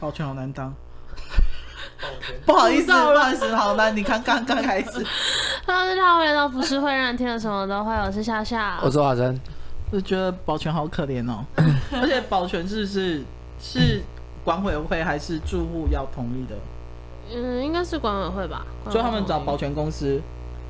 抱歉，好难当，抱歉，不好意思，不到不了好意思，好难，你刚刚刚开 始， Hello，大家好，欢迎来到不是会让人听的什么都会，我是夏夏。我是华生，我觉得保全好可怜 哦，而且保全是是是管委会还是住户要同意的，嗯，应该是管委会吧，嗯管委会所以他们找保全公司，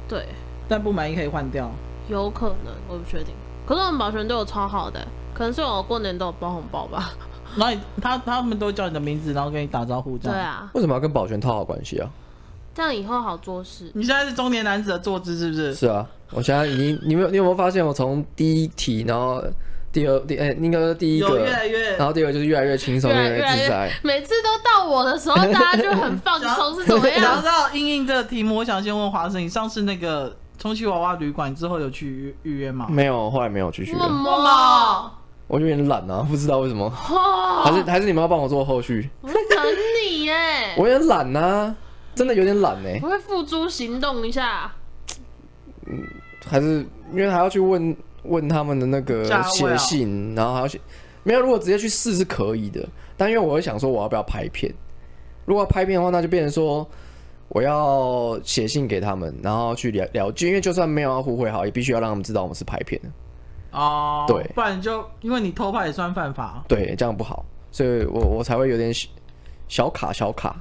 对，但不满意可以换掉。有可能，我不确定。可是我们保全对我超好的、可能是我过年都有包红包吧。然后你他他们都叫你的名字，然后跟你打招呼这对样。。啊，为什么要跟保全套好关系啊？这样以后好做事。你现在是中年男子的坐姿是不是？是啊，我现在已经，你有没有你有没有发现，我从第一题，然后第二第哎、应该说第一有个呃越，来越然后第二个就是越来越轻松，越越来来越自在。每次都到我的时候，大家就很放哎松，是 怎么想样？知道英英这个题目，我想先问华生，你上次那个充气娃娃旅馆之后有去预预约吗？没有，后来没有继续我了，么？我就有点懒啊，不知道为什么，还是哦，还是你们要帮我做后续，我等你耶！我有点懒啊，真的有点懒欸呢、我会付诸行动一下。还是因为还要去问问他们的那个价位啊写信，然后还要写，没有，如果直接去试是可以的，但因为我会想说我要不要拍片，如果要拍片的话，那就变成说我要写信给他们，然后去了了解，因为就算没有要互惠好，也必须要让他们知道我们是拍片的，哦，对不然你就因为你偷拍也算犯法。对，这样不好，所以我我才会有点小小卡小卡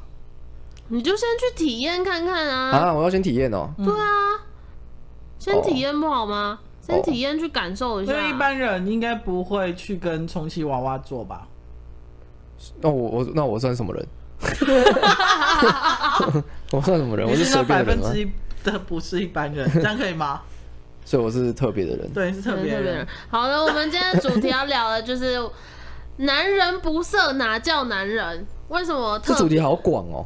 你就先去体验看看啊。啊，我要先体验嗯哦，对啊，先哦体验不好吗？先哦体验去感受一因下。为一般人应该不会去跟充气娃娃做吧？那我我那我算什么人？ 我算什么人？我你是是那随百便分的人啊吗之？一的不是一般 人，这样可以吗？所以我是特别的人。对，是特对别特别人人。。好的，我们今天的主题要聊的就是男人不色哪叫男人？为什么这特主题好广哦、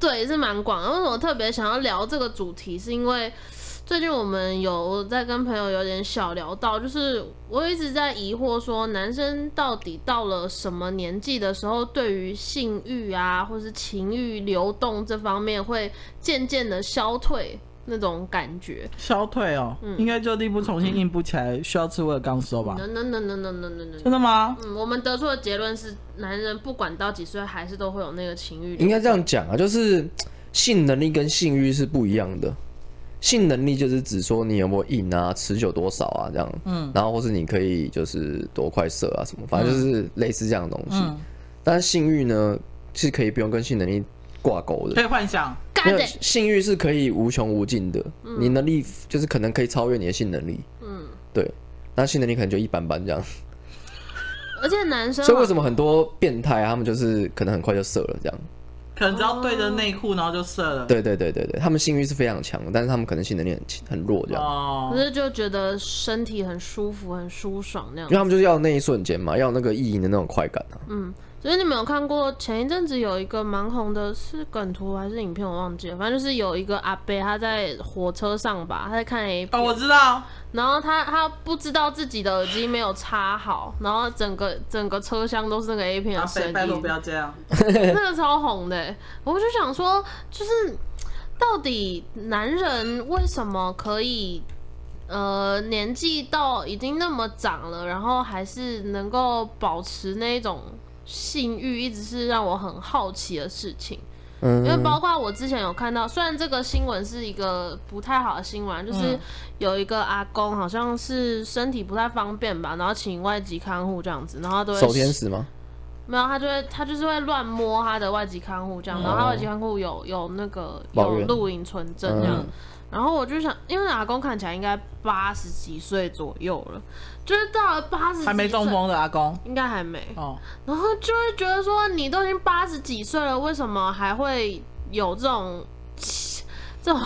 对是蛮广的？为什么我特别想要聊这个主题？是因为 最近我们有在跟朋友有点小聊到，就是我一直在疑惑说，男生到底到了什么年纪的时候，对于性欲啊，或是情欲流动这方面会渐渐的消退那种感觉。消退哦，嗯应该就力不从心，硬不起来，需要吃威尔刚收吧？能能能能能能能能。真的吗？嗯，我们得出的结论是，男人不管到几岁，还是都会有那个情嗯欲。应该这样讲啊，就是性能力跟性欲是不一样的。性能力就是指说你有没有硬啊，持久多少啊，这样，嗯然后或是你可以就是多快射啊什么，反正就是类似这样的东西。嗯，但是性欲呢是可以不用跟性能力挂钩可的，以幻想。干没有的，性欲是可以无穷无尽的，嗯你能力就是可能可以超越你的性能力，嗯，对，那性能力可能就一般般这样。啊而且男生所以为好，什么很多变态他们就是可能很快就射了这样？可能只要对着内裤，然后就射了。对对对对对，他们性欲是非常强的，但是他们可能性能力很强很弱这样，哦可，是就觉得身体很舒服、很舒爽那样因为。他们就是要那一瞬间嘛，要那个意淫的那种快感啊。嗯，所以你们有看过前一阵子有一个蛮红的，是梗图还是影片我忘记了，反正就是有一个阿伯他在火车上吧，他在看 A 哦，片，我知道，然后他他不知道自己的耳机没有插好，然后整个整个车厢都是那个 A 片阿的声北，音。啊拜托不要这样。那个超红的欸，我就想说，就是到底男人为什么可以，呃，年纪到已经那么长了，然后还是能够保持那种性欲，一直是让我很好奇的事情。因为嗯，包括我之前有看到，虽然这个新闻是一个不太好的新闻，就是嗯有一个阿公好像是身体不太方便吧，然后请外籍看护这样子，然后他都会守天使吗？没有，他就会他就是会乱摸他的外籍看护这样，然后他哦外籍看护有有那个抱有怨录影存证嗯这样，然后我就想，因为阿公看起来应该八十几岁左右了，就是到了八十几岁还没中，风的阿公。应该还没，哦，然后就会觉得说你都已经八十几岁了，为什么还会有这种这种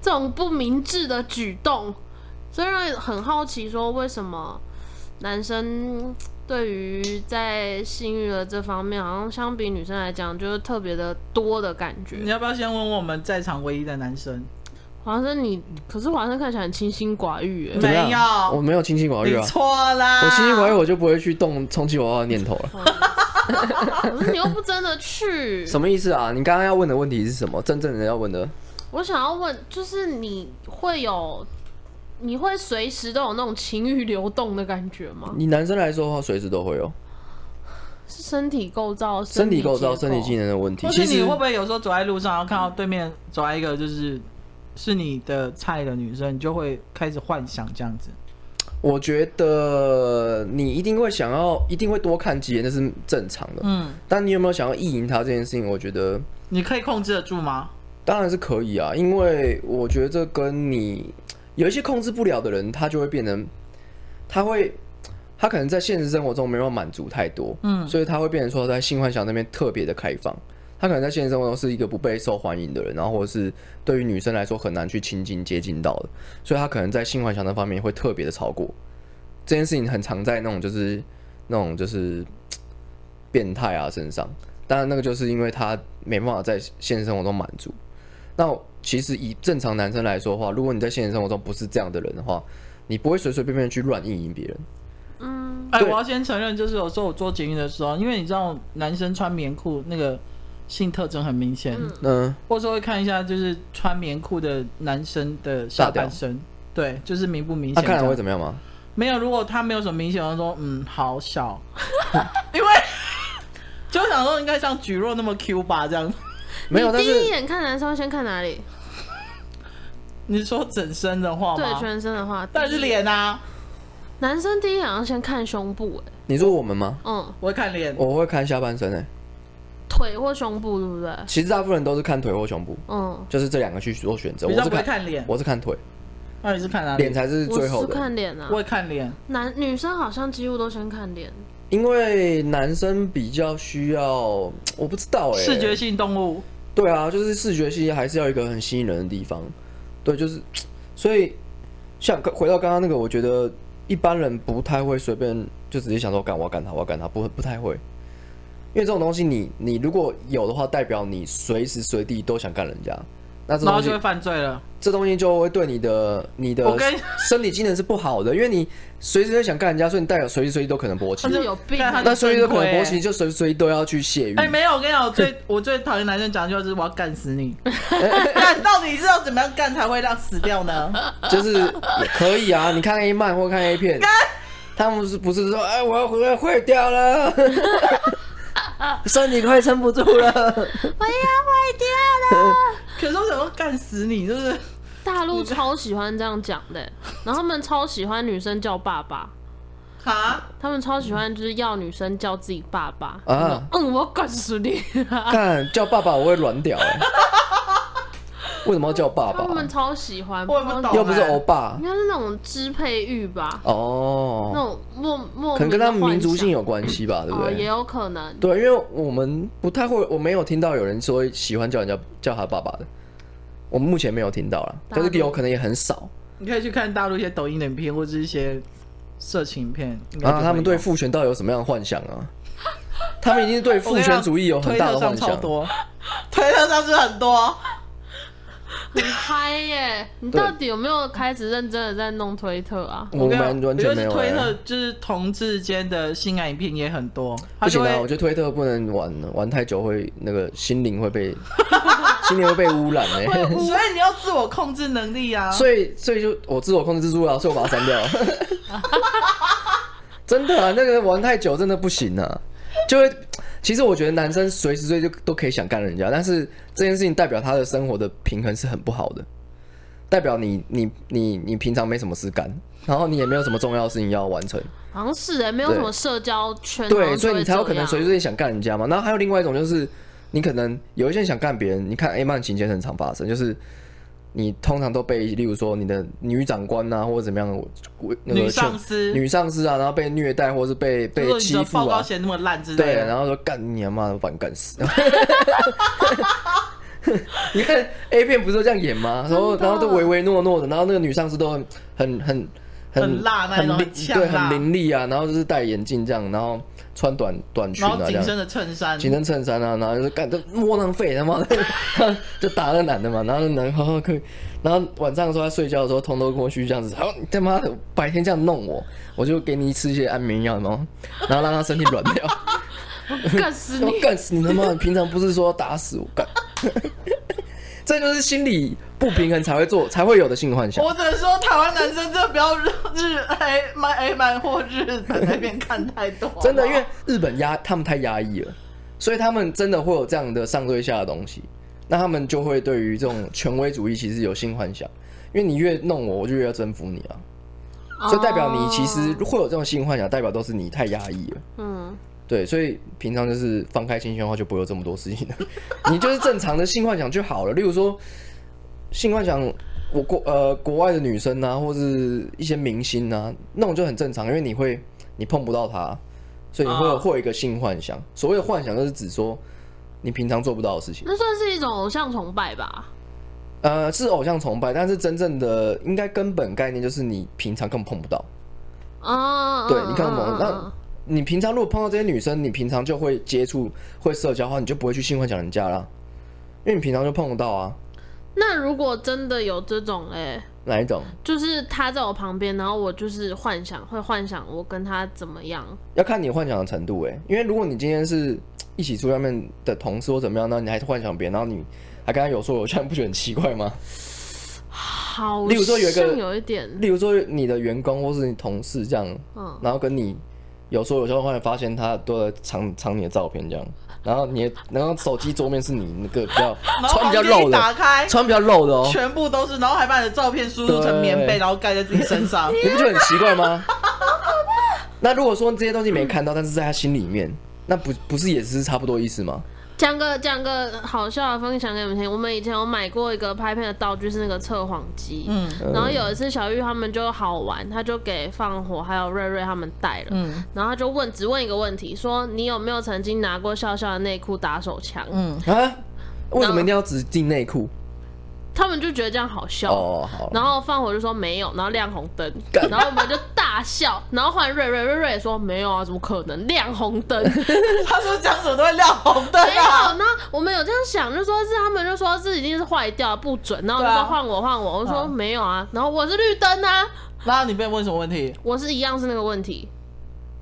这种不明智的举动？所以让人很好奇说为什么男生对于在性欲的这方面，好像相比女生来讲，就是特别的多的感你觉。要不要先问问我们在场唯一的男生？华生你，可是华生看起来很清心寡欲欸耶没。怎么样有我没有清心寡哎你欲啊，错啦！我清心寡欲我就不会去动充气娃娃的念头了。可是你又不真的去，什么意思啊？你刚刚要问的问题是什么？真正的要问的，我想要问，就是你会有，你会随嗯时都有那种情欲流动的感觉吗？你男生来说的话，随时都会有。是身体构造、身体构结造、构身体机能的问题。或其是你实会不会有时候走在路上，然后看到对面走在一个就是是你的菜的女生，你就会开始幻想这样子？我觉得你一定会想要，一定会多看几眼，那是正常的。嗯，但你有没有想要意淫他这件事情？我觉得你可以控制得住吗？当然是可以啊，因为我觉得这跟你有一些控制不了的人，他就会变成，他会，他可能在现实生活中没有满足太多，嗯所以他会变成说在性幻想那边特别的开放。他可能在现实生活中是一个不被受欢迎的人，然后或者是对于女生来说很难去亲近接近到的，所以他可能在性幻想那方面会特别的超过。这件事情很常在那种就是那种就是变态啊身上。当然，那个就是因为他没办法在现实生活中满足。那其实以正常男生来说的话，如果你在现实生活中不是这样的人的话，你不会随随便便去乱意淫别人。嗯，哎，对我要先承认，就是有时候我做节目的时候，因为你知道男生穿棉裤那个性特征很明显，嗯嗯，或者说会看一下就是穿棉裤的男生的下半身，对，就是明不明他、显？看了这会样怎么样吗？没有，如果他没有什么明显，我就说嗯，好 小，因为 就想说应该像菊若那么 Q 吧，这样。没有，你但第一是眼看男生会先看哪里？你说整身的话对，吗？全身的话，当然是第一眼。脸啊，男生第一眼要先看胸部、哎，你说我们吗？嗯，我会看脸。我会看下半身诶、欸腿或胸部，对不对？其实大部分人都是看腿或胸部，嗯，就是这两个去做选择。比我较是不会看，看脸，我是看腿，那你是看哪里？脸才是我最后是的。看脸啊我，会看脸，男女生好像几乎都先看脸，因为男生比较需要，我不知道欸诶、视觉性动物。对啊，就是视觉系还是要一个很吸引人的地方。对，就是所以像刚回到刚刚那个，我觉得一般人不太会随便就直接想说干我要干他，我要干他，不不太会。因为这种东西你，你如果有的话，代表你随时随地都想干人家，那这然后东就会西犯罪了。这东西就会对你的你的我跟生理机能是不好的，因为你随时都想干人家，所以你代表随时随地都可能勃起他，是有病但他啊。那随时都可能勃正起，规你就随时随地都要去泄欲。哎、没有，我跟你讲，我最我最讨厌男生讲的就是我要干死 你。干到底是要怎么样干才会让死掉呢？ 就是也可以啊，你看 A 漫或看 A 片，他们是不是说哎我要回来坏 掉了，身体快撑不住 了，我要坏掉 了。可是我想说干死你，就是大陆超喜欢这样讲的、欸然后他们超喜欢女生叫爸爸，啊，他们超喜欢就是要女生叫自己爸爸。啊嗯，我干死你！看叫爸爸我会软屌哎、为什么要叫爸爸他？们超喜欢，我也不懂又不是欧巴应该是那种支配欲吧，哦那，种莫莫可能跟他们名的民族性幻有关系吧，对想不哦，也对？有可能。对，因为我们不太会，我没有听到有人说喜欢叫人家叫他爸爸的，我们目前没有听到啦，大但是陆有可能也很少你可以去看大陆一些抖音影片或者是一些色情片。应该就啊，会他们对有父权到底有什么样的幻想啊？ 他们已经对父权主义有很大的推特上幻超想。多，推特上是很多。很嗨耶、你对到底有没有开始认真的在弄推特啊？我们跟你讲完全没有、我觉得是推特欸，就是同志间的性爱影片也很多，他不就行会啊！我觉得推特不能玩，玩太久会那个心灵会被 心灵会被污染哎、欸。所以你要自我控制能力啊。所以所以就我自我控制住了，所以我把它删掉了。 真的啊，那个玩太久真的不行啊，就会。其实我觉得男生随时随地就都可以想干人家，但是这件事情代表他的生活的平衡是很不好的，代表你你你你平常没什么事干，然后你也没有什么重要的事情要完成，好像是哎、没有对什么社交圈，好对，像所以就会你才有这可能样随时随地想干人家嘛。然后还有另外一种就是，你可能有一些人想干别人，你看 A 漫情节很常发生，就是你通常都被，例如说你的女长官啊，或者怎么样，我那个女上劝司女上司啊，然后被虐待，或是被如被果你欺的负报告啊，写那么烂之类对，的，然后说干你妈的，把你 干死。你看 A 片不是都这样演吗？然后真的然后都唯唯诺诺的，然后那个女上司都很很很很辣那很种凌很呛对，辣很凌厉啊，然后就是戴眼镜这样，然后穿短短裙然啊后这紧样身。的衬衫，紧身衬衫啊，然后就是干这窝囊废他妈的， 就打那个男的嘛，然后那男的好好可以，然后晚上的时候他睡觉的时候通头过去这样子，好你他妈的白天这样弄我，我就给你吃一些安眠药，然后然后让他身体软掉， 干死我你！ 干死你他妈！你平常不是说打死我干？ 这就是心理不平衡才会做才会有的性幻想。我只能说，台湾男生真的不要日日哎黑蛮黑蛮或日本那边看太多， 真的，好不因好为日本压他们太压抑了，所以他们真的会有这样的上对下的东西。那他们就会对于这种权威主义其实有性幻想，因为你越弄我，我就越要征服你啊。所以代表你其实哦会有这种性幻想，代表都是你太压抑了。嗯，对，所以平常就是放开心胸的话，就不会有这么多事情了。 你就是正常的性幻想就好了。例如说，性幻想，我国呃国外的女生啊，或是一些明星啊，那种就很正常，因为你会你碰不到她，所以你会有、哦会有一个性幻想。所谓的幻想，就是指说你平常做不到的事情。那算是一种偶像崇拜吧。呃，是偶像崇拜，但是真正的应该根本概念就是你平常根本碰不到。啊，对嗯，你看懂嗯吗？那你平常如果碰到这些女生，你平常就会接触、会社交的话，你就不会去性幻想人家啦，因为你平常就碰得到啊。那如果真的有这种哎嘞，哪一种？就是他在我旁边，然后我就是幻想，会幻想我跟他怎么样。要看你幻想的程度哎、因为如果你今天是一起出去外面的同事或怎么样，那你还是幻想别人，然后你还跟他有说有笑，你不觉得很奇怪吗？好像例如说有一个有一点，例如说你的员工或是你同事这样，嗯，然后跟你有说有笑，后来发现他都在藏藏你的照片这样，然后你的然后手机桌面是你那个比 较然后穿比较房间一露打的，开，穿比较露的哦、全部都是，然后还把你的照片输入成棉被，对然后盖在自己身 上。你不觉得很奇怪吗？ 那如果说这些东西没看到，但是在他心里面，那不不是也是差不多意思吗？讲个讲个好笑的分享给你们听。我们以前有买过一个拍片的道具，是那个测谎机。嗯然啊后有一次小玉他们就好玩，他就给放火还有瑞瑞他们带了，嗯然后他就问只问一个问题，说你有没有曾经拿过笑笑的内裤打手枪？嗯，啊，为什么一定要只进内裤？他们就觉得这样好笑。哦，好，然后放火就说没有，然后亮红灯 干，然后我们就大笑，然后换瑞瑞，瑞瑞也说没有啊，怎么可能亮红 灯？他说讲什么都会亮红灯没有，啊。那我们有这样想，就说是他们就说这一定是坏掉不准，然后我就对啊说换我换我，我说嗯没有啊，然后我是绿灯啊，然后你被问什么问题？我是一样是那个问题，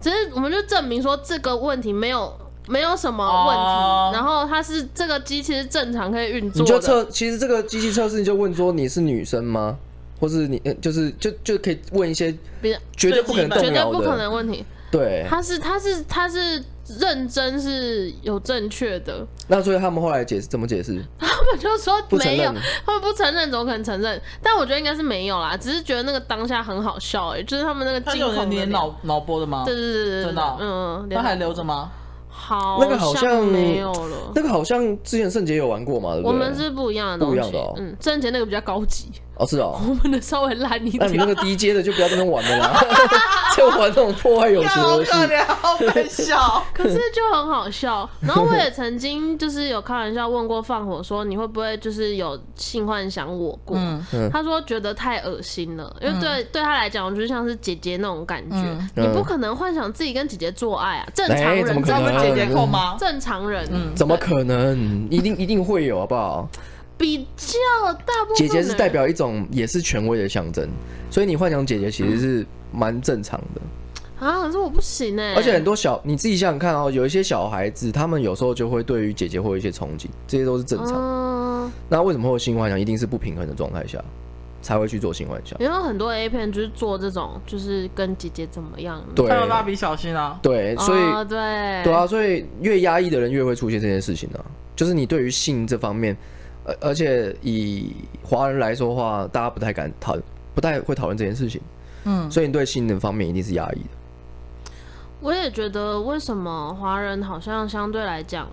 只是我们就证明说这个问题没有没有什么问题，哦然后它是这个机器是正常可以运你作就的，测，其实这个机器测试你就问说你是女生吗？或是你呃就是就就可以问一些比较绝对不可能最动基绝对摇不可的，能问题，对。它是它是它是认真是有正确的，那所以他们后来解释怎么解释？他们就说不承没有认，他们不承认怎么可能承认？但我觉得应该是没有啦，只是觉得那个当下很好笑哎、就是他们那个他惊有恐的人脸连，脑脑波的吗对？对对对对，真的哦嗯，那连还留着吗？好，那个好像没有了。那个好像之前圣杰有玩过嘛，对不我对？们是不一样的东西，不一样的哦嗯，正杰那个比较高级，哦是哦，我们的稍微烂一那你那点。个低阶的就不要在那边玩了啦， 就玩这种破坏友呀情的好游戏。可怜，好悲笑。可是就很好 笑，然后我也曾经就是有开玩笑问过放火说你会不会就是有性幻想我过，嗯嗯他说觉得太恶心了，因为对、对他来讲，我就像是姐姐那种感觉，嗯你不可能幻想自己跟姐姐做爱啊，正常哎人怎么这可样能不是姐姐控吗？正常人、怎么可能？一定一定会有，好不好？比较大部分姐姐是人代表一种也是权威的象征，所以你幻想姐姐其实是蛮正常的。啊，可是我不行哎、而且很多小你自己想想看哦，有一些小孩子，他们有时候就会对于姐姐会有一些憧憬，这些都是正常。嗯，那为什么会有性幻想？一定是不平衡的状态下才会去做性幻想。因为很多 A 片就是做这种，就是跟姐姐怎么样，对还有蜡笔小新啊，对，所以、哦、对对啊，所以越压抑的人越会出现这件事情啊。就是你对于性这方面，而而且以华人来说的话，大家不太敢讨，不太会讨论这件事情。嗯，所以你对性的方面一定是压抑的。我也觉得为什么华人好像相对来讲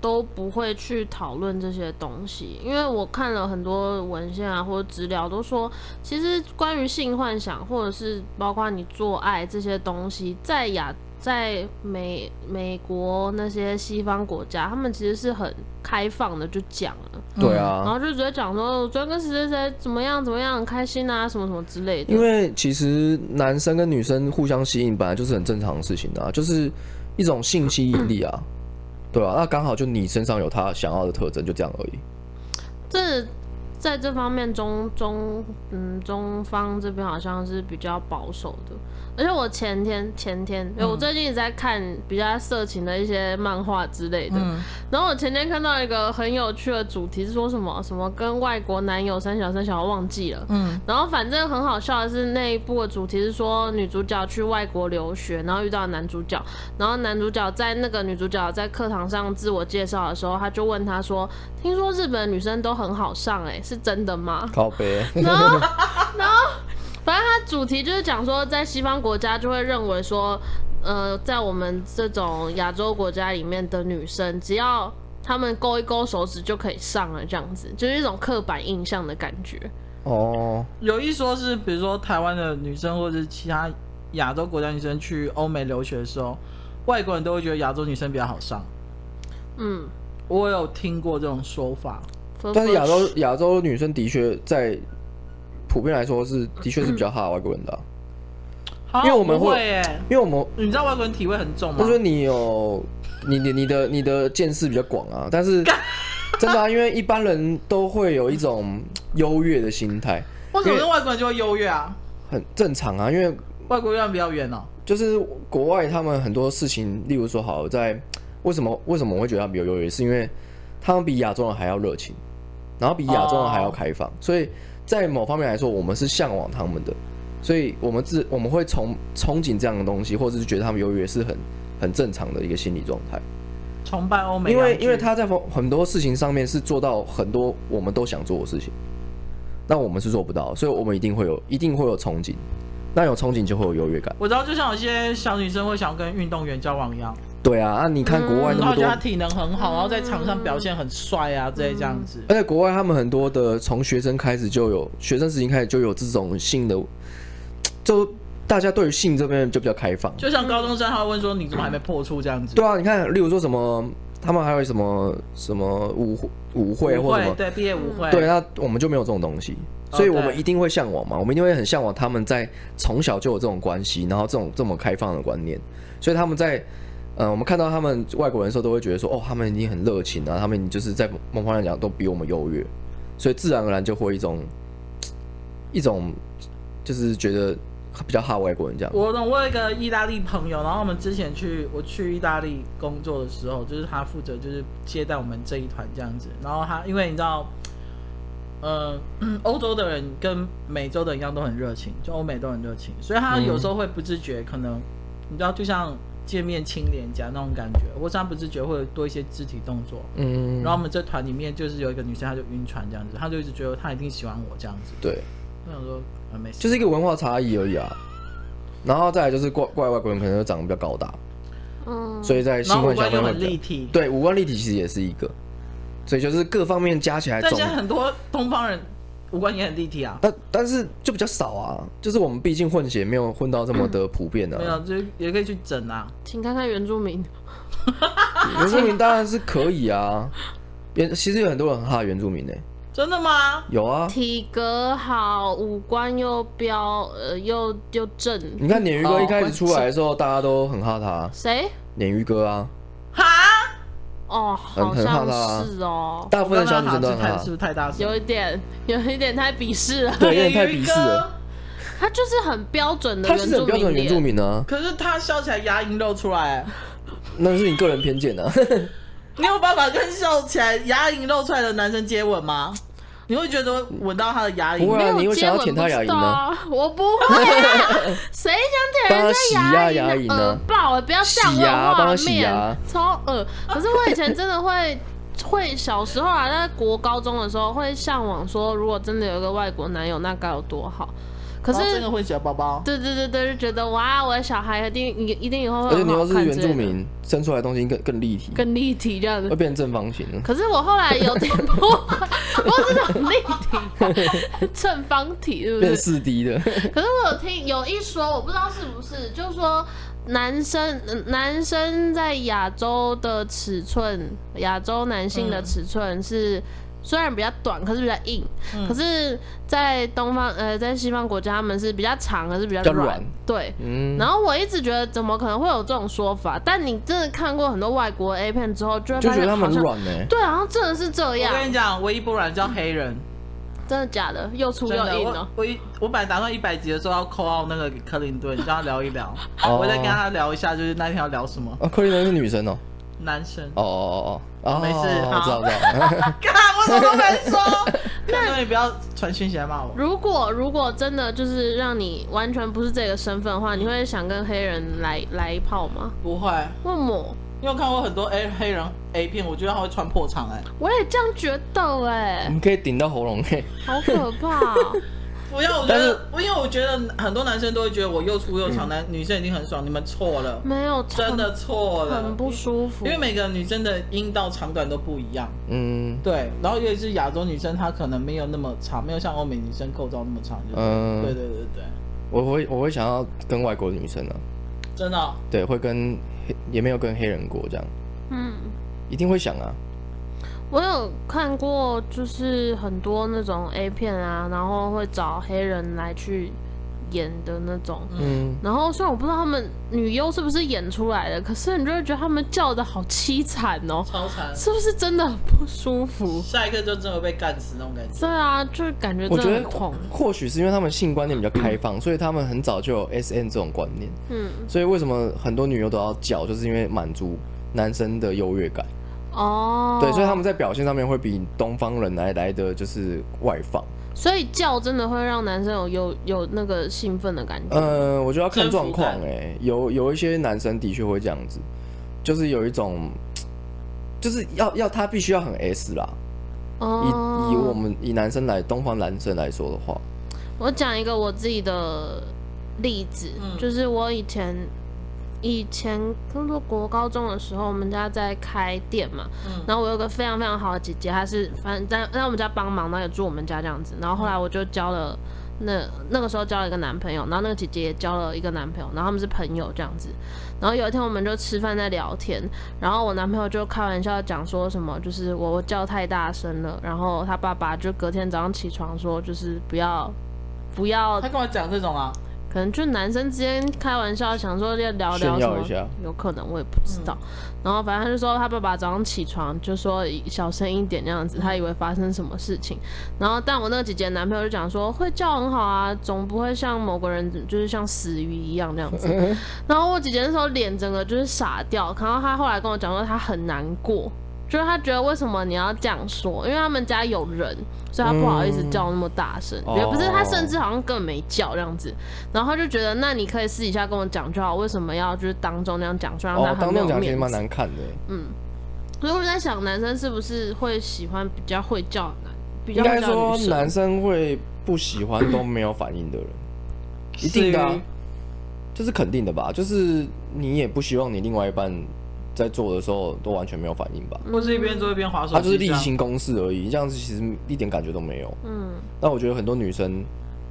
都不会去讨论这些东西，因为我看了很多文献啊或者资料都说，其实关于性幻想或者是包括你做爱这些东西，在亚在美美国那些西方国家，他们其实是很开放的，就讲了，对然啊，后就直接讲说，我昨天跟谁谁谁怎么样怎么样，很开心啊，什么什么之类的。因为其实男生跟女生互相吸引本来就是很正常的事情啊，就是一种性吸引力啊，对啊，那刚好就你身上有他想要的特征，就这样而已。这在这方面中中嗯中方这边好像是比较保守的。而且我前天前天，哎我最近一直在看比较色情的一些漫画之类的。嗯，然后我前天看到一个很有趣的主题，是说什么什么跟外国男友三小三小，我忘记了。嗯，然后反正很好笑的是，那一部的主题是说女主角去外国留学，然后遇到男主角，然后男主角在那个女主角在课堂上自我介绍的时候，他就问她说：“听说日本女生都很好上、欸，哎，是真的吗？”靠背，然后，然后，反正它主题就是讲说，在西方国家就会认为说，呃，在我们这种亚洲国家里面的女生，只要她们勾一勾手指就可以上了，这样子，就是一种刻板印象的感觉。哦，有一说是，比如说台湾的女生或者是其他亚洲国家女生去欧美留学的时候，外国人都会觉得亚洲女生比较好上。嗯，我有听过这种说法，但是亚洲亚洲女生的确在普遍来说是的确是比较怕外国人的啊、好因为我们不会会耶，因为我们你知道外国人体味很重吗我觉？得你有你你你的你的见识比较广啊，但是真的啊，因为一般人都会有一种优越的心态，为什么跟外国人就会优越啊？很正常啊，因为外国人比较远哦，就是国外他们很多事情，例如说好在为什么为什么我会觉得他们比较优越，是因为他们比亚洲人还要热情，然后比亚洲人还要开放，所以在某方面来说，我们是向往他们的，所以我们自我们会憧憧憬这样的东西，或者是觉得他们优越是很很正常的一个心理状态。崇拜欧美因洋剧，为因为他在很多事情上面是做到很多我们都想做的事情，那我们是做不到，所以我们一定会有一定会有憧憬，那有憧憬就会有优越感。我知道，就像有些小女生会想跟运动员交往一样，对啊，啊，你看国外然那么后觉多，得他体能很嗯好，然后在场上表现很帅啊，之类这样子。而且国外他们很多的从学生开始就有学生时期开始就有这种性的，就大家对于性这边就比较开放。就像高中生，他会问说你怎么还没破处这样子。对啊，你看，例如说什么，他们还有什么什么舞会舞会舞或什么会，对毕业舞会，对，那我们就没有这种东西，哦所以我们对一定会向往嘛，我们一定会很向往他们在从小就有这种关系，然后这种这么开放的观念，所以他们在，呃，我们看到他们外国人的时候，都会觉得说，哦，他们已经很热情啊，他们就是在某方面讲都比我们优越，所以自然而然就会一种，一种就是觉得比较怕外国人这样，我懂，我有一个意大利朋友，然后我们之前去我去意大利工作的时候，就是他负责就是接待我们这一团这样子。然后他因为你知道，呃， 嗯欧洲的人跟美洲的人一样都很热情，就欧美都很热情，所以他有时候会不自觉，可能你知道，就像见面亲脸颊那种感觉，或是他不自觉会有多一些肢体动作。嗯然，后我们这团里面就是有一个女生，她就晕船这样子，她就一直觉得她一定喜欢我这样子。对，我想说，啊，没事，就是一个文化差异而已啊，然后再来就是怪怪外国人可能就长得比较高大，嗯，所以在然性后五幻想官又面会很比较立体，对，五官立体其实也是一个，所以就是各方面加起来但总现，在很多东方人五官也很立体啊，但但是就比较少啊，就是我们毕竟混血没有混到这么的普遍没啊。有就也可以去整啊。请看看原住民，原住民当然是可以啊，原其实有很多人很怕原住民呢、欸真的吗？有啊，体格好，五官又标，呃，又又正，你看鲶鱼哥哦一开始出来的时候，大家都很怕他，谁？鲶鱼哥啊，哈，哦，很好很怕像他啊是哦，大部分的小我女刚生都刚很哈是怕太是不是太大声？有一点，有一点太鄙视了。对，有点太鄙视了。他就是很标准的他原是住很民标准的原脸住民啊，可是他笑起来牙龈露出来，那是你个人偏见啊。你有办法跟笑起来牙龈露出来的男生接吻吗？你会觉得闻到他的牙不龈会吗？啊没有你会想要接吻舔他不牙知龈呢道啊我不会 啊，谁想舔帮他人洗家呀牙牙龈龈的啊耳爆？不要这样洗牙帮画他洗牙面，超恶。可是我以前真的会。会小时候啊，在国高中的时候会向往说，如果真的有一个外国男友，那该有多好。可然后是真的，会小宝宝，对对对对，就觉得哇，我的小孩一定一一定以后会而且很你好又看是之类的原住，民，呃生出来的东西更更立体，更立体这样子会。变成正方形了。可是我后来有点不， 不是那种立 体， 正方体是不变是？四 D 的，可是我有听有一说，我不知道是不是，就是说男生呃男生在亚洲的尺寸，亚洲男性的尺寸是。虽然比较短，可是比较硬。嗯可是，在东方呃，在西方国家，他们是比较长，可是比较比较软软。对，嗯，然后我一直觉得，怎么可能会有这种说法？但你真的看过很多外国 A 片之后，就会就发觉现得他们好像软呢、。对，好像真的是这我样。跟你讲，唯一不软叫黑人，真的假的？又粗真又的，硬我哦。我一我本来打算一百集的时候要扣到那个给克林顿，跟他聊一聊哦我再跟他聊一下，就是那天要聊什么哦，克林顿是女生哦，男生。哦哦哦哦，没事哦知好道知道。 干，我什么都没说。那你不要传讯息来骂我。如果如果真的就是让你完全不是这个身份的话，你会想跟黑人来来一炮吗？不会，问我，因为我看过很多 A 黑人 A 片，我觉得他会穿破场哎、我也这样觉得哎、我们可以顶到喉咙嘿。好可 怕、哦。不要，我觉得，因为我觉得很多男生都会觉得我又粗又嗯长，男、女生已经很爽，你们错了，没有，真的错很了，嗯很不舒服因。为每个女生的阴道长短都不一样，嗯对，然后尤其是亚洲女生，她可能没有那么长，没有像欧美女生构造那么长，就是嗯，对对对对，我会我会想要跟外国女生啊，真的哦、对，会跟黑也没有跟黑人过这样，嗯，一定会想啊。我有看过，就是很多那种 A 片啊，然后会找黑人来去演的那种。嗯，然后虽然我不知道他们女优是不是演出来的，可是你就会觉得他们叫的好凄惨哦，超长，是不是真的很不舒服？下一个就真的被干死那种感觉。对啊，就是感觉我真觉的得很痛。或许是因为他们性观念比较开放，所以他们很早就有 S N 这种观念，嗯，所以为什么很多女优都要叫，就是因为满足男生的优越感。哦，对，所以他们在表现上面会比东方人来来的就是外放。所以叫真的会让男生有有有那个兴奋的感觉。呃，我觉得要看状况征服哎，有有一些男生的确会这样子，就是有一种，就是要要他必须要很 S 啦。以哦，以我们以男生来东方男生来说的话，我讲一个我自己的例子，嗯就是我以前以前工作国高中的时候，我们家在开店嘛，嗯然后我有个非常非常好的姐姐，她是反正在在我们家帮忙，然后也住我们家这样子。然后后来我就交了那那个时候交了一个男朋友，然后那个姐姐也交了一个男朋友，然后他们是朋友这样子。然后有一天我们就吃饭在聊天，然后我男朋友就开玩笑讲说什么，就是我我叫太大声了，然后他爸爸就隔天早上起床说，就是不要不要他，跟我讲这种啊，可能就男生之间开玩笑想说要聊聊炫什耀么一下，有可能我也不知道。然后反正他就说他爸爸早上起床就说小声一点那样子，他以为发生什么事情。然后但我那个姐姐的男朋友就讲说会叫很好啊，总不会像某个人就是像死鱼一样那样子。然后我姐姐那时候脸整个就是傻掉，然后她后来跟我讲说她很难过，就是她觉得为什么你要这样说，因为他们家有人，所以她不好意思嗯叫那么大声，哦也不是她甚至好像根本没叫这样子。然后她就觉得那你可以私底下跟我讲就好，为什么要就是当众那样讲，说让她哦，很当没众有讲其实面蛮子。难看的欸，嗯，所以我在想男生是不是会喜欢比较会叫的男，比较应该会叫说的女生男。生会不喜欢都没有反应的人，一定的、至啊于，这是肯定的吧？就是你也不希望你另外一半在做的时候都完全没有反应吧？或是一边做一边滑手机，啊他就是例行公事而已，这样子其实一点感觉都没有。嗯，那我觉得很多女生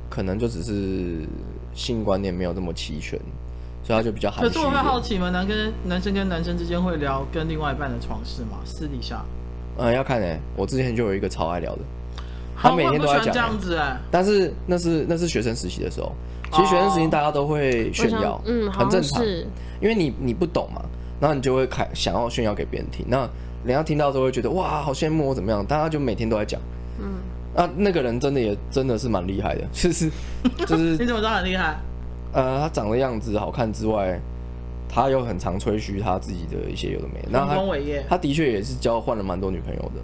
可能就只是性观念没有那么齐全，所以她就比较含可蓄是一我会好点。奇嘛，男跟男生跟男生之间会聊跟另外一半的床事吗？私底下，嗯，要看哎、我之前就有一个超爱聊的，他每天都在好我很不喜欢讲欸这样子哎、但是那是那是学生时期的时候，其实学生时哦期大家都会我炫想耀，嗯，好很像正常，是，因为你你不懂嘛，然后你就会开想要炫耀给别人听，那人家听到之后会觉得哇，好羡慕我怎么样，大家就每天都在讲。嗯，那那个人真的也真的是蛮厉害的， 就是就是你怎么知道很厉害？呃，他长的样子好看之外，他又很常吹嘘他自己的一些有的没的。那丰功他伟业，他的确也是交换了蛮多女朋友的。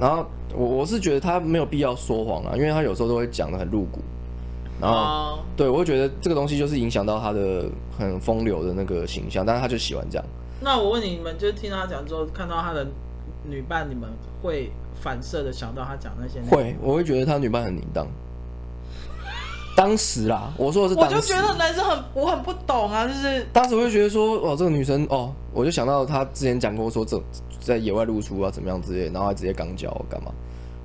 然后我我是觉得他没有必要说谎啊，因为他有时候都会讲的很露骨。然后、哦，对我会觉得这个东西就是影响到他的很风流的那个形象，但是他就喜欢这样。那我问你们，就是听他讲之后，看到他的女伴，你们会反射的想到他讲那些？，会，我会觉得他女伴很淫荡。当时啦，我说的是我当就时觉，得男生很，我很不懂啊，就是当时我就觉得说，哦，这个女生哦，我就想到她之前讲过说，这在野外露出啊，怎么样之类，然后还直接肛交干嘛？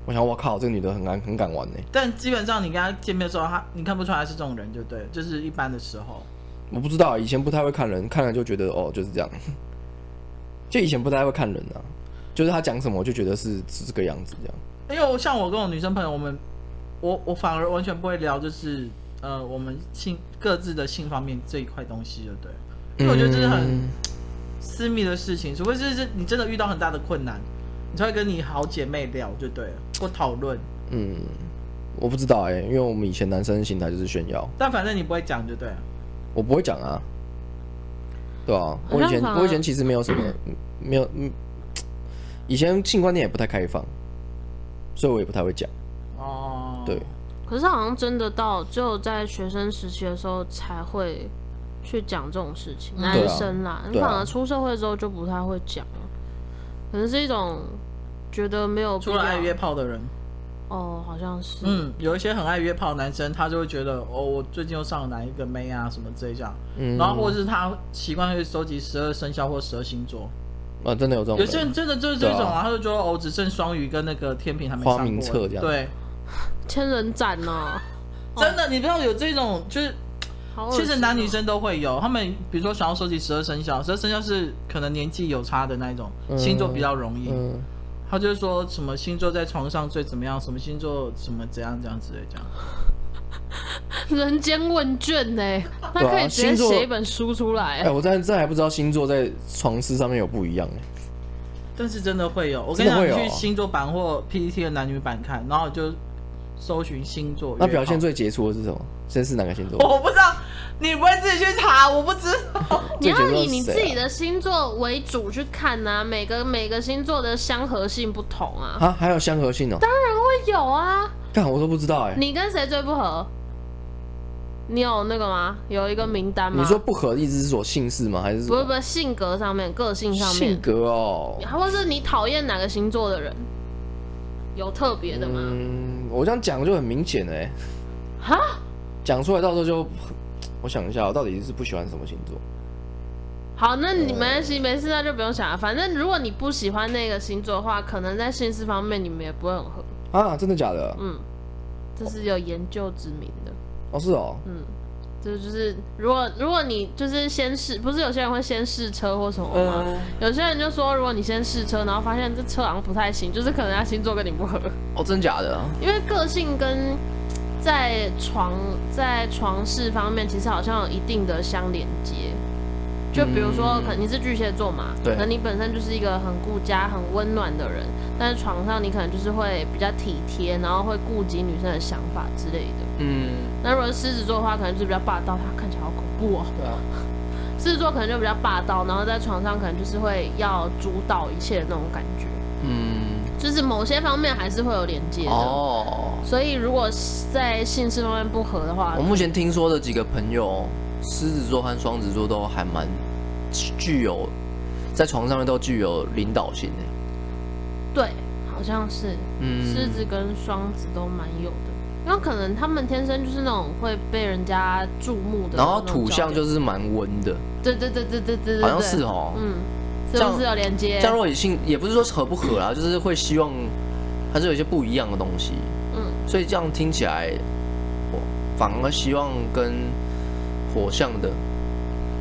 我想，我靠，这个女的很敢很敢玩呢、但基本上你跟他见面的时候，他你看不出来他是这种人，就对了，就是一般的时候。我不知道，啊以前不太会看人，看了就觉得哦就是这样，就以前不太会看人啊，就是她讲什么我就觉得是是这个样子这样。因为我像我跟我女生朋友，我们我我反而完全不会聊，就是呃，我们性各自的性方面这一块东西，就对了。因为我觉得这是很嗯私密的事情，除非是是你真的遇到很大的困难，你才会跟你好姐妹聊，就对了，或讨论。嗯，我不知道哎、因为我们以前男生的心态就是炫耀，但反正你不会讲就对了。我不会讲啊，对啊，好我以像前反而我以前其实没有什 么，没有，嗯，以前性观念也不太开放，所以我也不太会讲。哦，对，可是好像真的到只有在学生时期的时候才会去讲这种事情，嗯男对啊生啦，你对啊反而出社会之后就不太会讲了，可能是一种觉得没有必除了要爱约炮的人，哦，好像是，嗯，有一些很爱约炮的男生，他就会觉得哦，我最近又上了哪一个妹啊什么之类这样，嗯，然后或者是他习惯会收集十二生肖或十二星座，啊，真的有这种有些人人真的就是这种对啊，啊他就觉得哦，只剩双鱼跟那个天平还没花上过名册这样哦对，千人斩呢、真的，你不要有这种，就是好恶心其哦实男女生都会有，他们比如说想要收集十二生肖，十二生肖是可能年纪有差的那一种嗯星座比较容易，嗯，他就是说什么星座在床上最怎么样，什么星座什么怎样怎样之类这样。 人间问卷呢、他对啊可以直接星座写一本书出来、啊哎、我这这还不知道星座在床事上面有不一样、啊欸，但是真的会有，我跟你真的讲，会你有去星座版或 PPT 的男女版看，然后就搜寻星座约炮。那表现最杰出的是什么？先是哪个星座？我不知道，你不会自己去查，我不知道。你最杰要出以是你谁自己啊的星座为主去看呐、每个每个星座的相合性不同啊，啊，还有相合性哦、会有啊。干，我都不知道哎、你跟谁最不合？你有那个吗？有一个名单吗？你说不合的意思是说姓氏吗？还是什不么是不是性格上面、个性上性面，格哦、或是你讨厌哪个星座的人？有特别的吗？嗯，我这样讲就很明显哎、哈、讲出来到时候就，我想一下，我到底是不喜欢什么星座？好，那你没关系，没事，那就不用想了。反正如果你不喜欢那个星座的话，可能在性事方面你们也不会很合。啊，真的假的？嗯，这是有研究之明的。哦，是哦、嗯，这就是如果如果你就是先试，不是有些人会先试车或什么吗？嗯，有些人就说，如果你先试车，然后发现这车好像不太行，就是可能他星座跟你不合，哦，真假的？因为个性跟在床在床事方面其实好像有一定的相连接。就比如说，嗯可能你是巨蟹座嘛，对可能你本身就是一个很顾家、很温暖的人，但是床上你可能就是会比较体贴，然后会顾及女生的想法之类的。嗯，那如果是狮子座的话，可能就是比较霸道，他看起来好恐怖哦。对啊，狮子座可能就比较霸道，然后在床上可能就是会要主导一切的那种感觉，嗯，就是某些方面还是会有连接的。哦，所以如果是在性事方面不合的话我，目前听说的几个朋友，狮子座和双子座都还蛮具有在床上面都具有领导性的。对，好像是嗯，狮子跟双子都蛮有的。因为可能他们天生就是那种会被人家注目的，然后土象就是蛮温的，对对对对对对对，好像是哦，哦。嗯，是不是有连接这？样若以性也不是说合不合啦，就是会希望还是有一些不一样的东西。嗯，所以这样听起来，我反而希望跟火象的，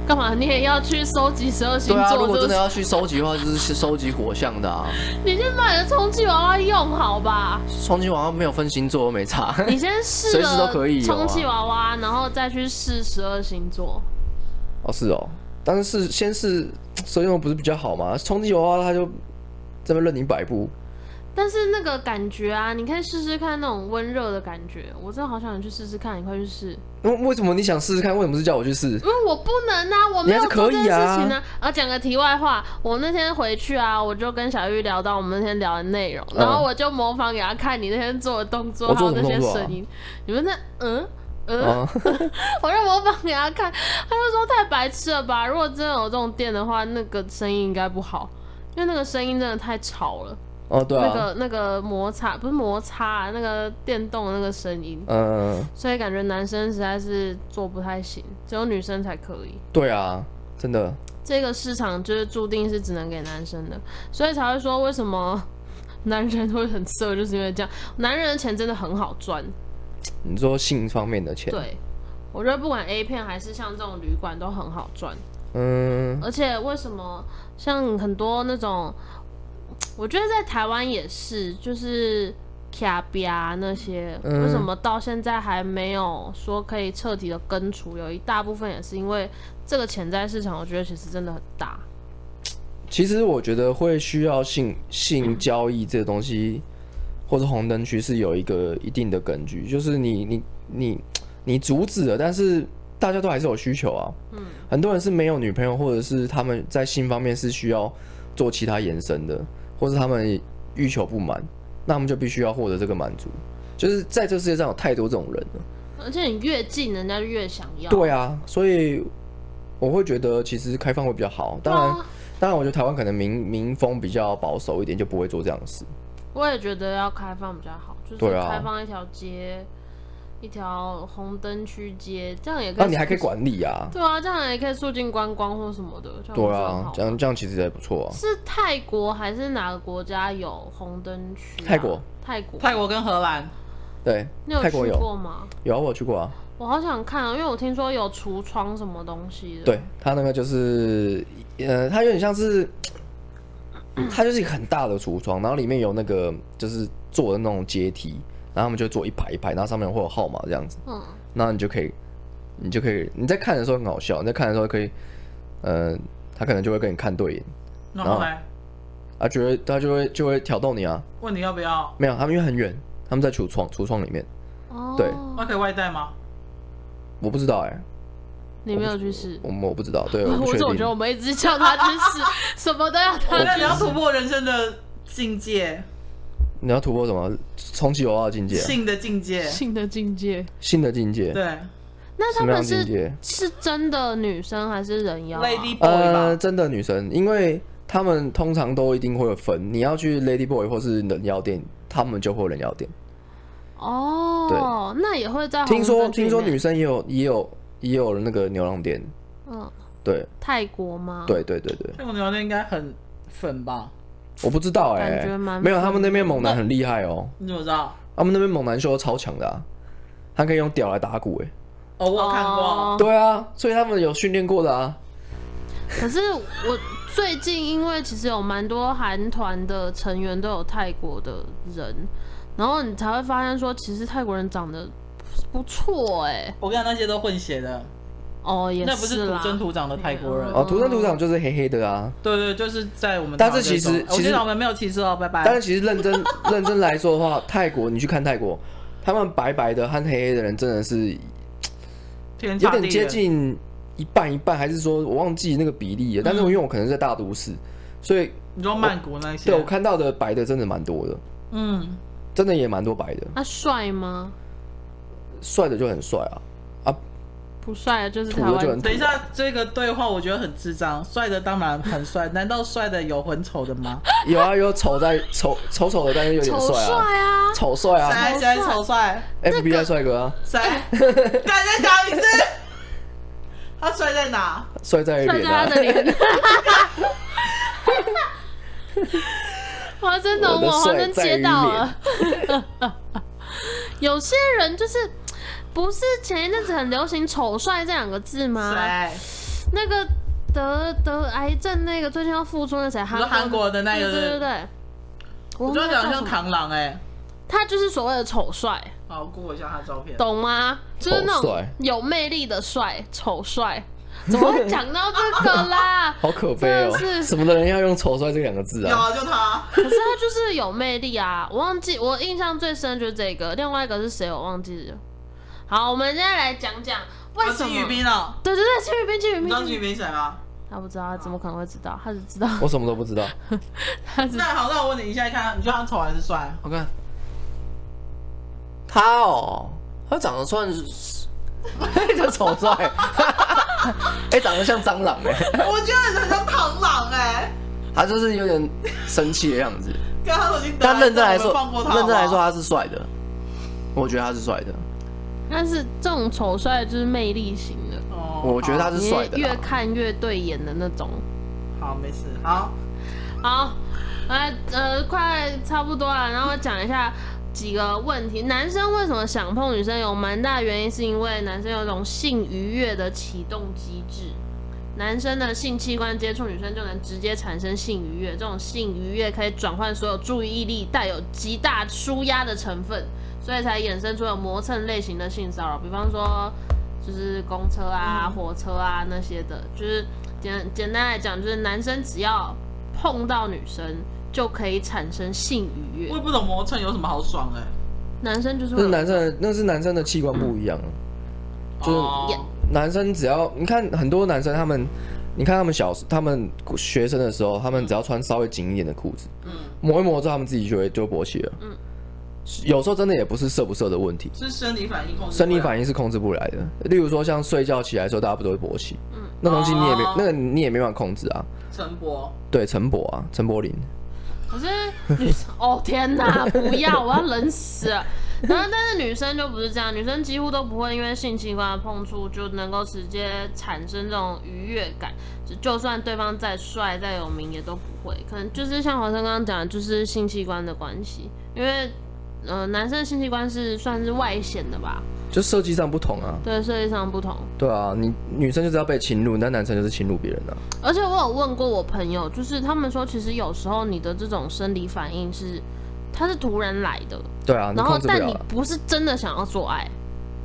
干嘛你也要去收集十二星对啊，如座？果真就是的要去收集的话，就是去 收集火象的啊。你先把你的充气娃娃用好 吧，双亲王没有分星座，我没差。你先试随时了都可以有啊充气娃娃，然后再去试十二星座。哦是哦，但是先是所以我不是比较好吗？冲击娃娃他就这边任你摆布，但是那个感觉啊，你可以试试看那种温热的感觉，我真的好想你去试试看，你快去试，那为什么你想试试看？为什么是叫我去试？因为我不能啊，我没有你还是可做这件以啊事情啊。啊，讲个题外话，我那天回去啊，我就跟小玉聊到我们那天聊的内容，嗯然后我就模仿给她看你那天做的动作，我还有做那什么些动作啊声音，你们那嗯嗯，啊，我就模仿给他看，他就说太白痴了吧？如果真的有这种店的话，那个声音应该不好，因为那个声音真的太吵了。 哦 对那啊，个那个摩擦不是摩擦、啊那个电动的那个声音，嗯，所以感觉男生实在是做不太行，只有女生才可以。对啊，真的，这个市场就是注定是只能给男生的，所以才会说为什么 男人会很色，就是因为这样。男人的钱真的很好赚，你说性方面的钱，对我觉得不管 A 片还是像这种旅馆都很好赚。嗯，而且为什么像很多那种，我觉得在台湾也是，就是卡比啊那些，嗯为什么到现在还没有说可以彻底的根除？有一大部分也是因为这个潜在市场，我觉得其实真的很大。其实我觉得会需要性性交易这个东西，或是红灯区是有一个一定的根据，就是你你你你阻止了，但是大家都还是有需求啊。嗯，很多人是没有女朋友，或者是他们在性方面是需要做其他延伸的，或是他们欲求不满，那他们就必须要获得这个满足。就是在这世界上有太多这种人了。而且你越近，人家就越想要。对啊，所以我会觉得其实开放会比较好。当然，啊当然，我觉得台湾可能民民风比较保守一点，就不会做这样的事。我也觉得要开放比较好，就是对啊开放一条街，一条红灯区街，这样也可以。那你还可以。管理啊，对啊，这样也可以促进观光或什么的。这样对不是很啊好，这样这样其实也不错啊。是泰国还是哪个国家有红灯区啊、泰国，泰国，泰国跟荷兰，对你，有泰国去有过吗？有啊，我有去过啊。我好想看啊，因为我听说有橱窗什么东西的。对，它那个就是，呃，它有点像是， 它就是一个很大的橱窗，然后里面有那个就是坐的那种阶梯，然后他们就坐一排一排，然后上面会有号码这样子，嗯，那你就可以，你就可以，你在看的时候很好笑，你在看的时候可以，呃，他可能就会跟你看对眼，然后来啊，觉得他就会就会挑逗你啊，问你要不要，没有，他们因为很远，他们在橱窗橱窗里面，哦，对那可以外带吗？我不知道哎、你没有去试。我我不知道， 对，我不我确总觉得我定，们一直叫他去 试，什么都要他那你去要试。突破人生的境界，你要突破什么冲击有奥境界啊、性的境界，性的境界。新的境界，对那他什么们样的境是界？是真的女生还是人妖、啊？ ，Lady Boy 呃，吧，真的女生，因为他们通常都一定会有分，你要去 Lady Boy 或是人妖店，他们就会有人妖店。哦，那也会在红听说灯区听说内女生也有也有也有那个牛郎店，嗯对泰国吗？，对对对对，泰国牛肉应该很粉吧？我不知道哎、感觉蛮没有他们那边猛男很厉害哦、你怎么知道？他们那边猛男修得超强的啊，他可以用屌来打鼓哎、哦，我有看过，哦对啊，所以他们有训练过的啊，可是我最近因为其实有蛮多韩团的成员都有泰国的人，然后你才会发现说，其实泰国人长得不错哎、我跟你讲那些都混血的，哦也那不是土啦，生土长的泰国人嗯。哦，土生土长就是黑黑的啊，对对，就是在我们但岛是这种。其实我其觉实得我们没有歧视哦，拜拜。但是其实 认真认真来说的话，泰国你去看泰国，他们白白的和黑黑的人真的是天有差地点远接近一半一半，还是说我忘记那个比嗯例了。但是因为我可能在大都市，所以你说曼谷那些，对我看到的白的真的蛮多的，嗯，真的也蛮多白的，那帅吗？帅的就很帅啊。不帅就是土台的就湾很土等一下这个对话我觉得很智障，帅的当然很帅，难道帅的有很丑的吗？有啊有丑在丑丑丑的，但是有点丑帅帅啊，啊，丑帅啊谁谁丑帅？ ，FBI 帅哥啊，谁？敢再讲一次？他帅在哪？帅在帅脸在他啊，的 脸。华生懂我，我华的帅生在于接到了。 有些人就是不是前一阵子很流行“丑帅”这两个字吗？谁？那个得得癌症那个最近要复出那谁，韩说韩国的那个对对对对，我我觉得长得忘记他叫像什么螳螂哎、他就是所谓的丑帅，好，我 google 一下他的照片。懂吗？就是那丑种帅有魅力的帅，丑帅。怎么会讲到这个啦？好可悲哦真的是，什么的人要用丑帅这两个字有啊？啊，就他。可是他就是有魅力啊！我忘记我印象最深就是这个，另外一个是谁我忘记了。好，我们现在来讲讲为我是什么？宇对斌哦，对对，金宇彬，金宇你知道彬，金宇彬谁吗？他不知道，他怎么可能会知道？他只知道 我什么都不知道。他只那好，那我问你，你现在看，你觉得他丑还是帅？我看他哦，他长得算是 就丑帅， 哎、长得像蟑螂哎、我觉得很像螳螂哎、他就是有点生气的样子。跟他都已经得但认真来说我们放过，他好不好认真来说，他是帅的，我觉得他是帅的，但是这种丑帅就是魅力型的，哦我觉得他是你帅的越啦。看越对眼的那种。好好没事，好，好，来呃，快差不多了，然后讲一下几个问题。男生为什么想碰女生？有蛮大原因是因为男生有一种性愉悦的启动机制。男生的性器官接触女生就能直接产生性愉悦，这种性愉悦可以转换所有注意力，带有极大舒压的成分，所以才衍生出了磨蹭类型的性骚扰，比方说就是公车啊、嗯火车啊那些的，就是简简单来讲，就是男生只要碰到女生就可以产生性我愉悦也。不懂磨蹭有什么好爽哎、男生就是那会是有男生的，那是男生的器官不一样。就是哦男生只要你看很多男生他们，你看他们小他们学生的时候，他们只要穿稍微紧一点的裤子，嗯，磨一磨之后他们自己就会就会勃起了。嗯有时候真的也不是射不射的问题，是生理反应控制，生理反应，应是控制不来的。例如说像睡觉起来的时候，大家不都会勃起？嗯那东西你也没哦那个你也没办法控制啊。陈博，对，陈柏啊，陈柏霖，可是女生，哦天哪，不要，我要冷死了。然后，但是女生就不是这样，女生几乎都不会因为性器官的碰触就能够直接产生这种愉悦感，就就算对方再帅再有名也都不会。可能就是像黄生刚刚讲的，就是性器官的关系，因为呃，男生的性器官是算是外显的吧？就设计上不同啊。对，设计上不同。对啊，你女生就是要被侵入，但男生就是侵入别人啊。而且我有问过我朋友，就是他们说，其实有时候你的这种生理反应是它是突然来的，对啊，你然后控制不但了你啊。不是真的想要做爱，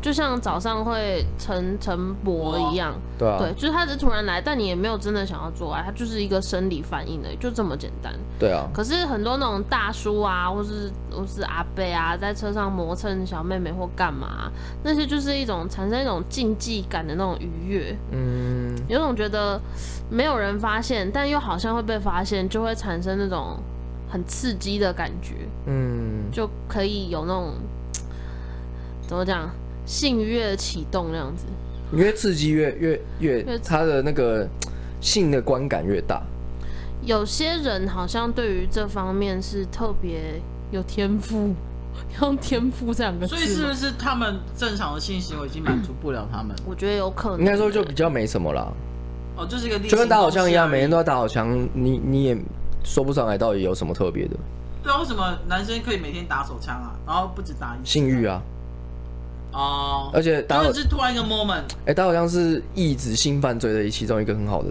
就像早上会晨晨勃一样，对啊，对，就是它只是突然来，但你也没有真的想要做爱，它就是一个生理反应的，就这么简单。对啊，可是很多那种大叔啊，或是或是阿伯啊，在车上磨蹭小妹妹或干嘛、那些就是一种产生一种竞技感的那种愉悦。嗯，有种觉得没有人发现，但又好像会被发现，就会产生那种很刺激的感觉，嗯，就可以有那种怎么讲性愉悦的启动那样子。你越刺激越越越，越他的那个性的观感越大。有些人好像对于这方面是特别有天赋，要用天赋这两个字所吗，以是不是他们正常的性行为已经满足不了他们？我觉得有可能。应该说就比较没什么啦，哦，就是一个例行就跟打好枪一样，公事而已每天都要打好枪，你你也说不上来到底有什么特别的对啊，为什么男生可以每天打手枪啊？然后不止打一次性欲啊。哦，而且打好真的是突然一个 moment，哎、打好枪是抑制性犯罪的其中一个很好的，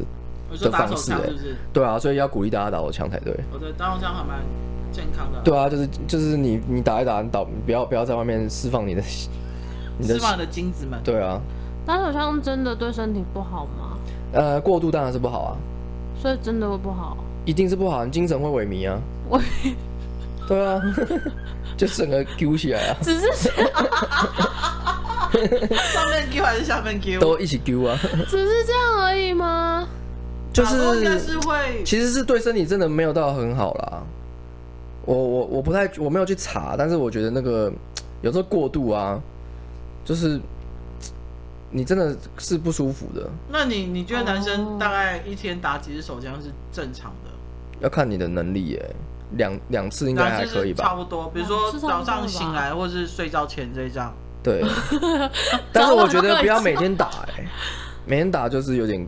我说打手枪的方式欸是不是？对啊，所以要鼓励大家打好枪才对。我的打手枪还蛮健康的，对啊，就是就是你你打一打，你打不要不要在外面释放你的 啊你的释放你的精子们。对啊，打手枪真的对身体不好吗？呃，过度当然是不好啊，所以真的会不好。一定是不好，你精神会萎 靡啊。我，对啊， 就整个揪起来啊只是上面 Q 还是下面 Q？都一起揪啊，只是这样而已吗？就 打多应该是是会其实是对身体真的没有到很好啦。我我我不太我没有去查，但是我觉得那个有时候过度啊，就是你真的是不舒服的，那你你觉得男生哦大概一天打几支手枪是正常的？要看你的能力耶、两两次应该那还就可以是差吧？不多，比如说嗯是差早不多吧哦上醒来或是睡觉前这一张。对， 但是我觉得不要每天打、哎，每天打就是有点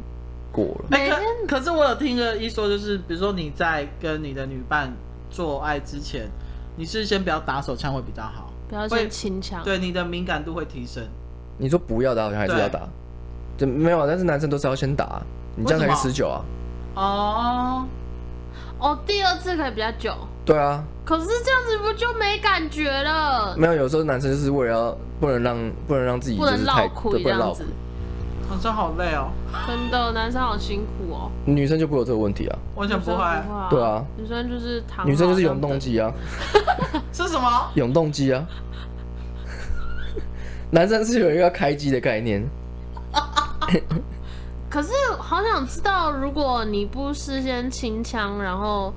过了。哎每天可可是我有听了一说，就是比如说你在跟你的女伴做爱之前，你是先不要打手枪会比较好，不要会先轻强。对你的敏感度会提升。你说不要打，好像还是要打，就没有啊，但是男生都是要先打啊，你这样才可为以什持么久啊。哦，哦，第二次可以比较久，对啊，可是这样子不就没感觉了？没有，有时候男生就是为了要不能让不能让自己不就能是太绕苦这对不能样绕子苦，，男生好累哦，真的男生好辛苦哦。女生就不会有这个问题啊，完女全生不会。啊对啊，女生就是躺好女生就是这样永动等。机啊，是什么？永动机啊， 男生是有一个要开机的概念，可是好想知道，如果你不事先清腔，然后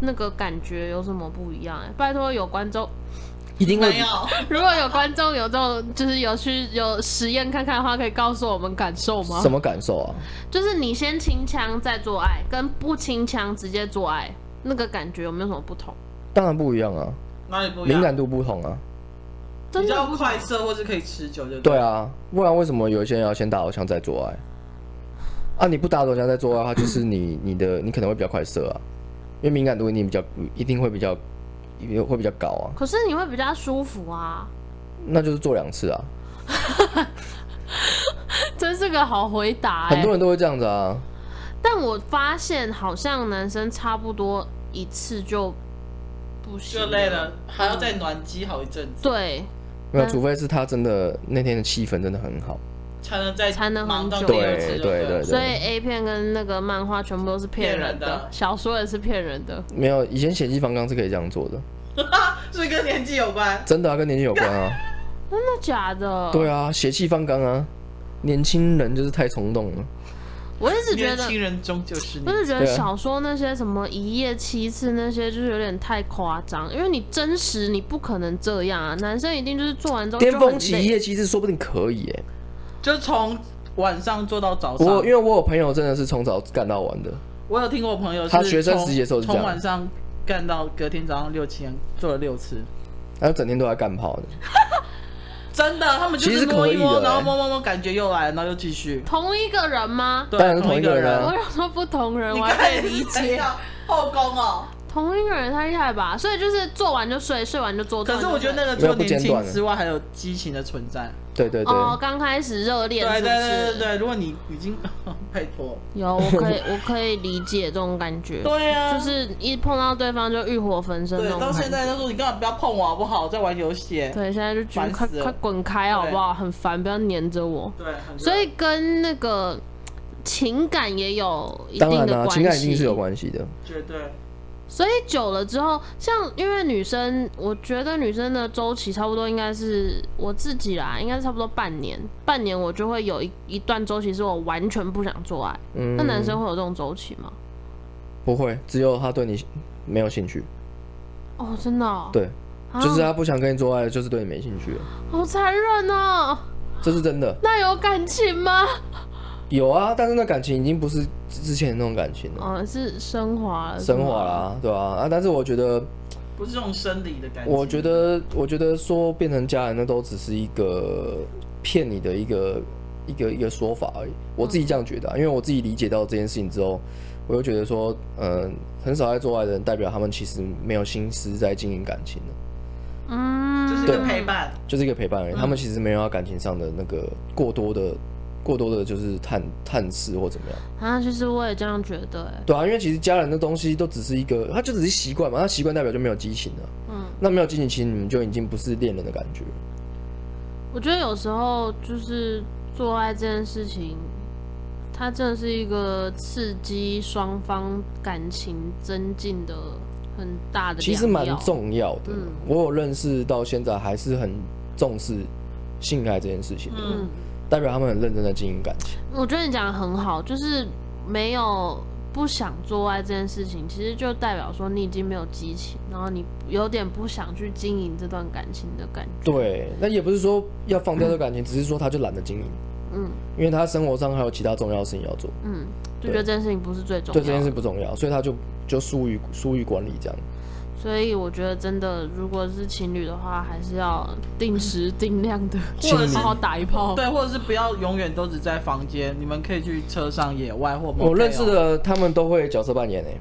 那个感觉有什么不一样、哎，拜托有观众， 一定会没有，如果有观众有这种就是有去有实验看看的话，可以告诉我们感受吗什？么感受啊？就是你先清腔再做爱，跟不清腔直接做爱，那个感觉有没有什么不同？当然不一样啊，哪里不一样？敏感度不同啊，真比的较不快射或是可以持久就对。啊，不然为什么有一些人要先打手枪再做爱？啊，你不打手枪再做爱，它就是你你的你可能会比较快射啊，因为敏感度一定比较一定会比较一定会比较高啊，可是你会比较舒服啊， 那就是做两次啊，哎真是个好回答、欸。很多人都会这样子啊。但我发现好像男生差不多一次就不行，就累。了，还要再暖机好一阵子。对，没有，嗯除非是他真的那天的气氛真的很好，才能再才能很忙到久第二次对就对了对所以 A 片跟那个漫画全部都是骗人骗人的小说也是骗人的。没有，以前血气方刚是可以这样做的，所以跟年纪有关。真的啊，跟年纪有关啊。 真的假的？对啊，血气方刚啊，年轻人就是太冲动了。哦我一直觉年得，轻人终究是我年一直轻。觉得对啊小说那些什么一夜七次那些，就是有点太夸张，因为你真实你不可能这样啊。男生一定就是做完之后巅就峰很期累一夜七次说不定可以哎、就从晚上做到早上。我因为我有朋友真的是从早干到晚的，我有听过朋友是从，他学生时期的时候是这从样晚上干到隔天早上六七点，做了六次，他整天都在干炮的。真的，他们就其是实摸一可以摸，的欸然后摸摸摸，感觉又来，然后又继续。同一个人吗？对，当然是同同一个人啊我想说不同人，你我看还可以理你解看。 后宫哦。同一个人太厉害吧？所以就是做完就睡，睡完就做。可是做我完就觉得那个除睡没有了不年间断轻了之外，还有激情的存在。对对对，哦，刚开始热恋对是不对对是对对，如果你已经 拜托，有，我可以，我可以理解这种感觉。对啊，就是一碰到对方就欲火焚身那对，种到现感觉。在他说你干嘛不要碰我好不好？我在玩游戏。对，现在就觉得烦快死了快滚开好不好？很烦，不要黏着我。对，很热所以跟那个情感也有一当定然的啦、关系。情感一定是有关系的。绝对所以久了之后，像因为女生，我觉得女生的周期差不多应该是我自己啦，应该是差不多半年，半年我就会有一一段周期是我完全不想做爱。嗯，那男生会有这种周期吗？不会，只有他对你没有兴趣，哦，真的、哦，对，啊就是他不想跟你做爱，就是对你没兴趣了，好残忍哦。这是真的。那有感情吗？有啊，但是那感情已经不是之前那种感情了， 哦，是升华了，升华是吗。啦，对吧、啊？但是我觉得，不是这种生理的感觉。我觉得，我觉得说变成家人，那都只是一个骗你的一个一个一个说法而已。我嗯自己这样觉得啊、因为我自己理解到这件事情之后，我就觉得说，嗯，很少爱做爱的人，代表他们其实没有心思在经营感情了。嗯，就是一个陪。伴，就是一个陪伴而已。他嗯们其实没有要感情上的那个过多的、过多的，就是探探视或怎么样。啊，其实我也这样觉得、欸，对啊，因为其实家人的东西都只是一个，他就只是习惯嘛，他习惯代表就没有激情了。嗯，那没有激情，其实你们就已经不是恋人的感觉。我觉得有时候就是做爱这件事情，它真的是一个刺激双方感情增进的很大的良药，其实蛮重要的。嗯我有认识到现在还是很重视性爱这件事情的，嗯嗯，代表他们很认真的经营感情。我觉得你讲的很好，就是没有不想做爱这件事情，其实就代表说你已经没有激情，然后你有点不想去经营这段感情的感觉。，对，那也不是说要放掉这感情，只是说他就懒得经营，嗯因为他生活上还有其他重要的事情要做。嗯，就觉得这件事情不是最重要对的。这件事不重要，所以他就就疏于疏于管理这样。所以我觉得真的，如果是情侣的话，还是要定时定量 的或者是 好好打一嗯炮。对，或者是不要永远都只在房间，你们可以去车上、野外或我认识 motel 的他们都会角色扮演诶、欸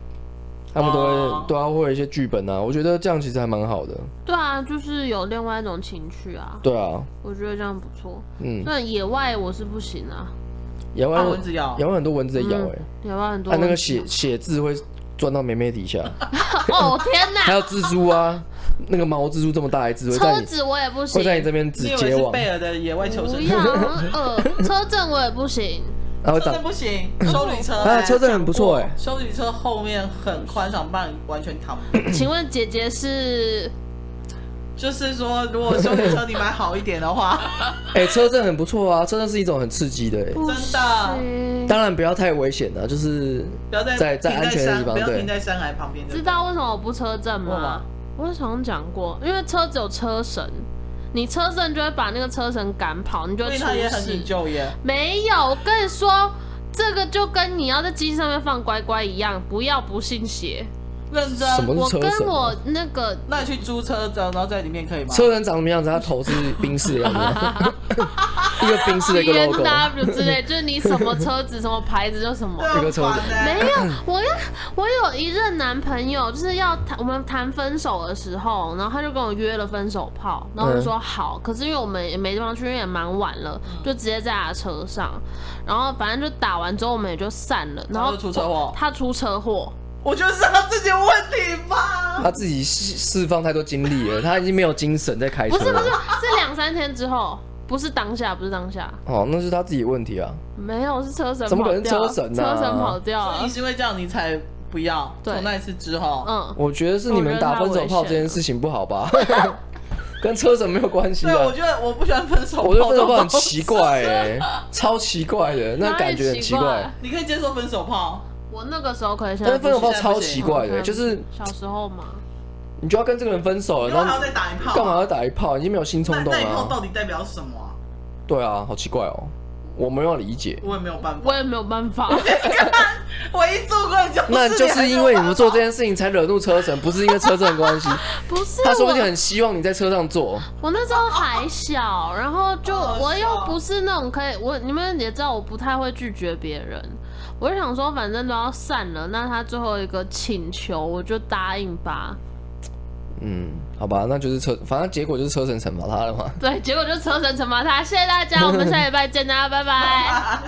他们都会、哦对啊，会有一些剧本啊，我觉得这样其实还蛮好的。对啊，就是有另外一种情趣啊，对啊，我觉得这样不错。嗯，那野外我是不行啊，野外按蚊子咬野外很多蚊子在咬欸诶、野外很多它、啊那问个题啊血血渍会钻到妹妹底下， 哦天哪，还有蜘蛛啊，那个毛蜘蛛这么大一只会在车你子我也不行会，在你这边直你以为接是网，贝尔的野外求生不， 要很恶，车震我也不行。然后车长震不 行，修理车哎啊，车震很不错诶、修理车后面很宽敞，让你完全躺请问姐姐是就是说，如果修理车你买好一点的话， 哎、车震很不错啊，车震是一种很刺激的、欸，不真的行。当然不要太危险了、就是不要再在停在安全的山，地方不要对停在山崖旁边。知道为什么我不车震为什吗么？我好像讲过，因为车子有车神，你车神就会把那个车神赶跑，你就对不对，因会为出他也很引事。咎耶。没有，我跟你说，这个就跟你要在机上面放乖乖一样，不要不信邪。认真，什么我是车跟神啊我那个那你去租车子，然后在里面可以吗？车人长什么样子？他头是冰室的样子，啊 一个冰室的一个 B logo 啊 N。W 之类，就是你什么车子、 什么牌子就什么对。啊一个车子很烦欸没有，嗯我要我有一任男朋友，就是要谈我们谈分手的时候，然后他就跟我约了分手炮，然后我就说嗯好，可是因为我们也没地方去，因为也蛮晚了，就直接在他车上，然后反正就打完之后我们也就散了，然然后后就出车祸他出车祸，我觉得是他自己的问题吧。他自己释释放太多精力了，他已经没有精神在开车不是不是，了。是两三天之后，不是当下，不是当下，哦，那是他自己问题啊。没有是车神跑掉，怎么可能车神啊车神跑掉所以了你，是因为这样你才不要？对从那一次之后，嗯，我觉得是你们打分手啊炮这件事情不好吧， 跟车神没有关系对，我啊。觉得我不喜欢分手炮， 我觉得分手炮很奇怪哎、超奇怪的，那感觉很奇哪里怪怪。。你可以接受分手炮，我那个时候可以，现在但是分手不炮行超奇怪的，就是小时候嘛，你就要跟这个人分手因了，为还呃然要后再打一炮，干嘛？要打一炮？已经没有新冲那动那一炮啊。到底代表什么啊？对啊，好奇怪哦，我没有理解。我也没有办法我，也没有办 法。我一做过就那就是因为你们做这件事情才惹怒车神，不是因为车神的关系。不是他说不定我，很希望你在车上坐。我那时候还小，然后就哦好好笑我又不是那种可以，我你们也知道我不太会拒绝别人。我就想说，反正都要散了，那他最后一个请求，我就答应吧。嗯，好吧，那就是车，反正结果就是车神惩罚他了嘛。啊对，结果就车神惩罚他。谢谢大家，我们下礼拜见，大家拜拜。啊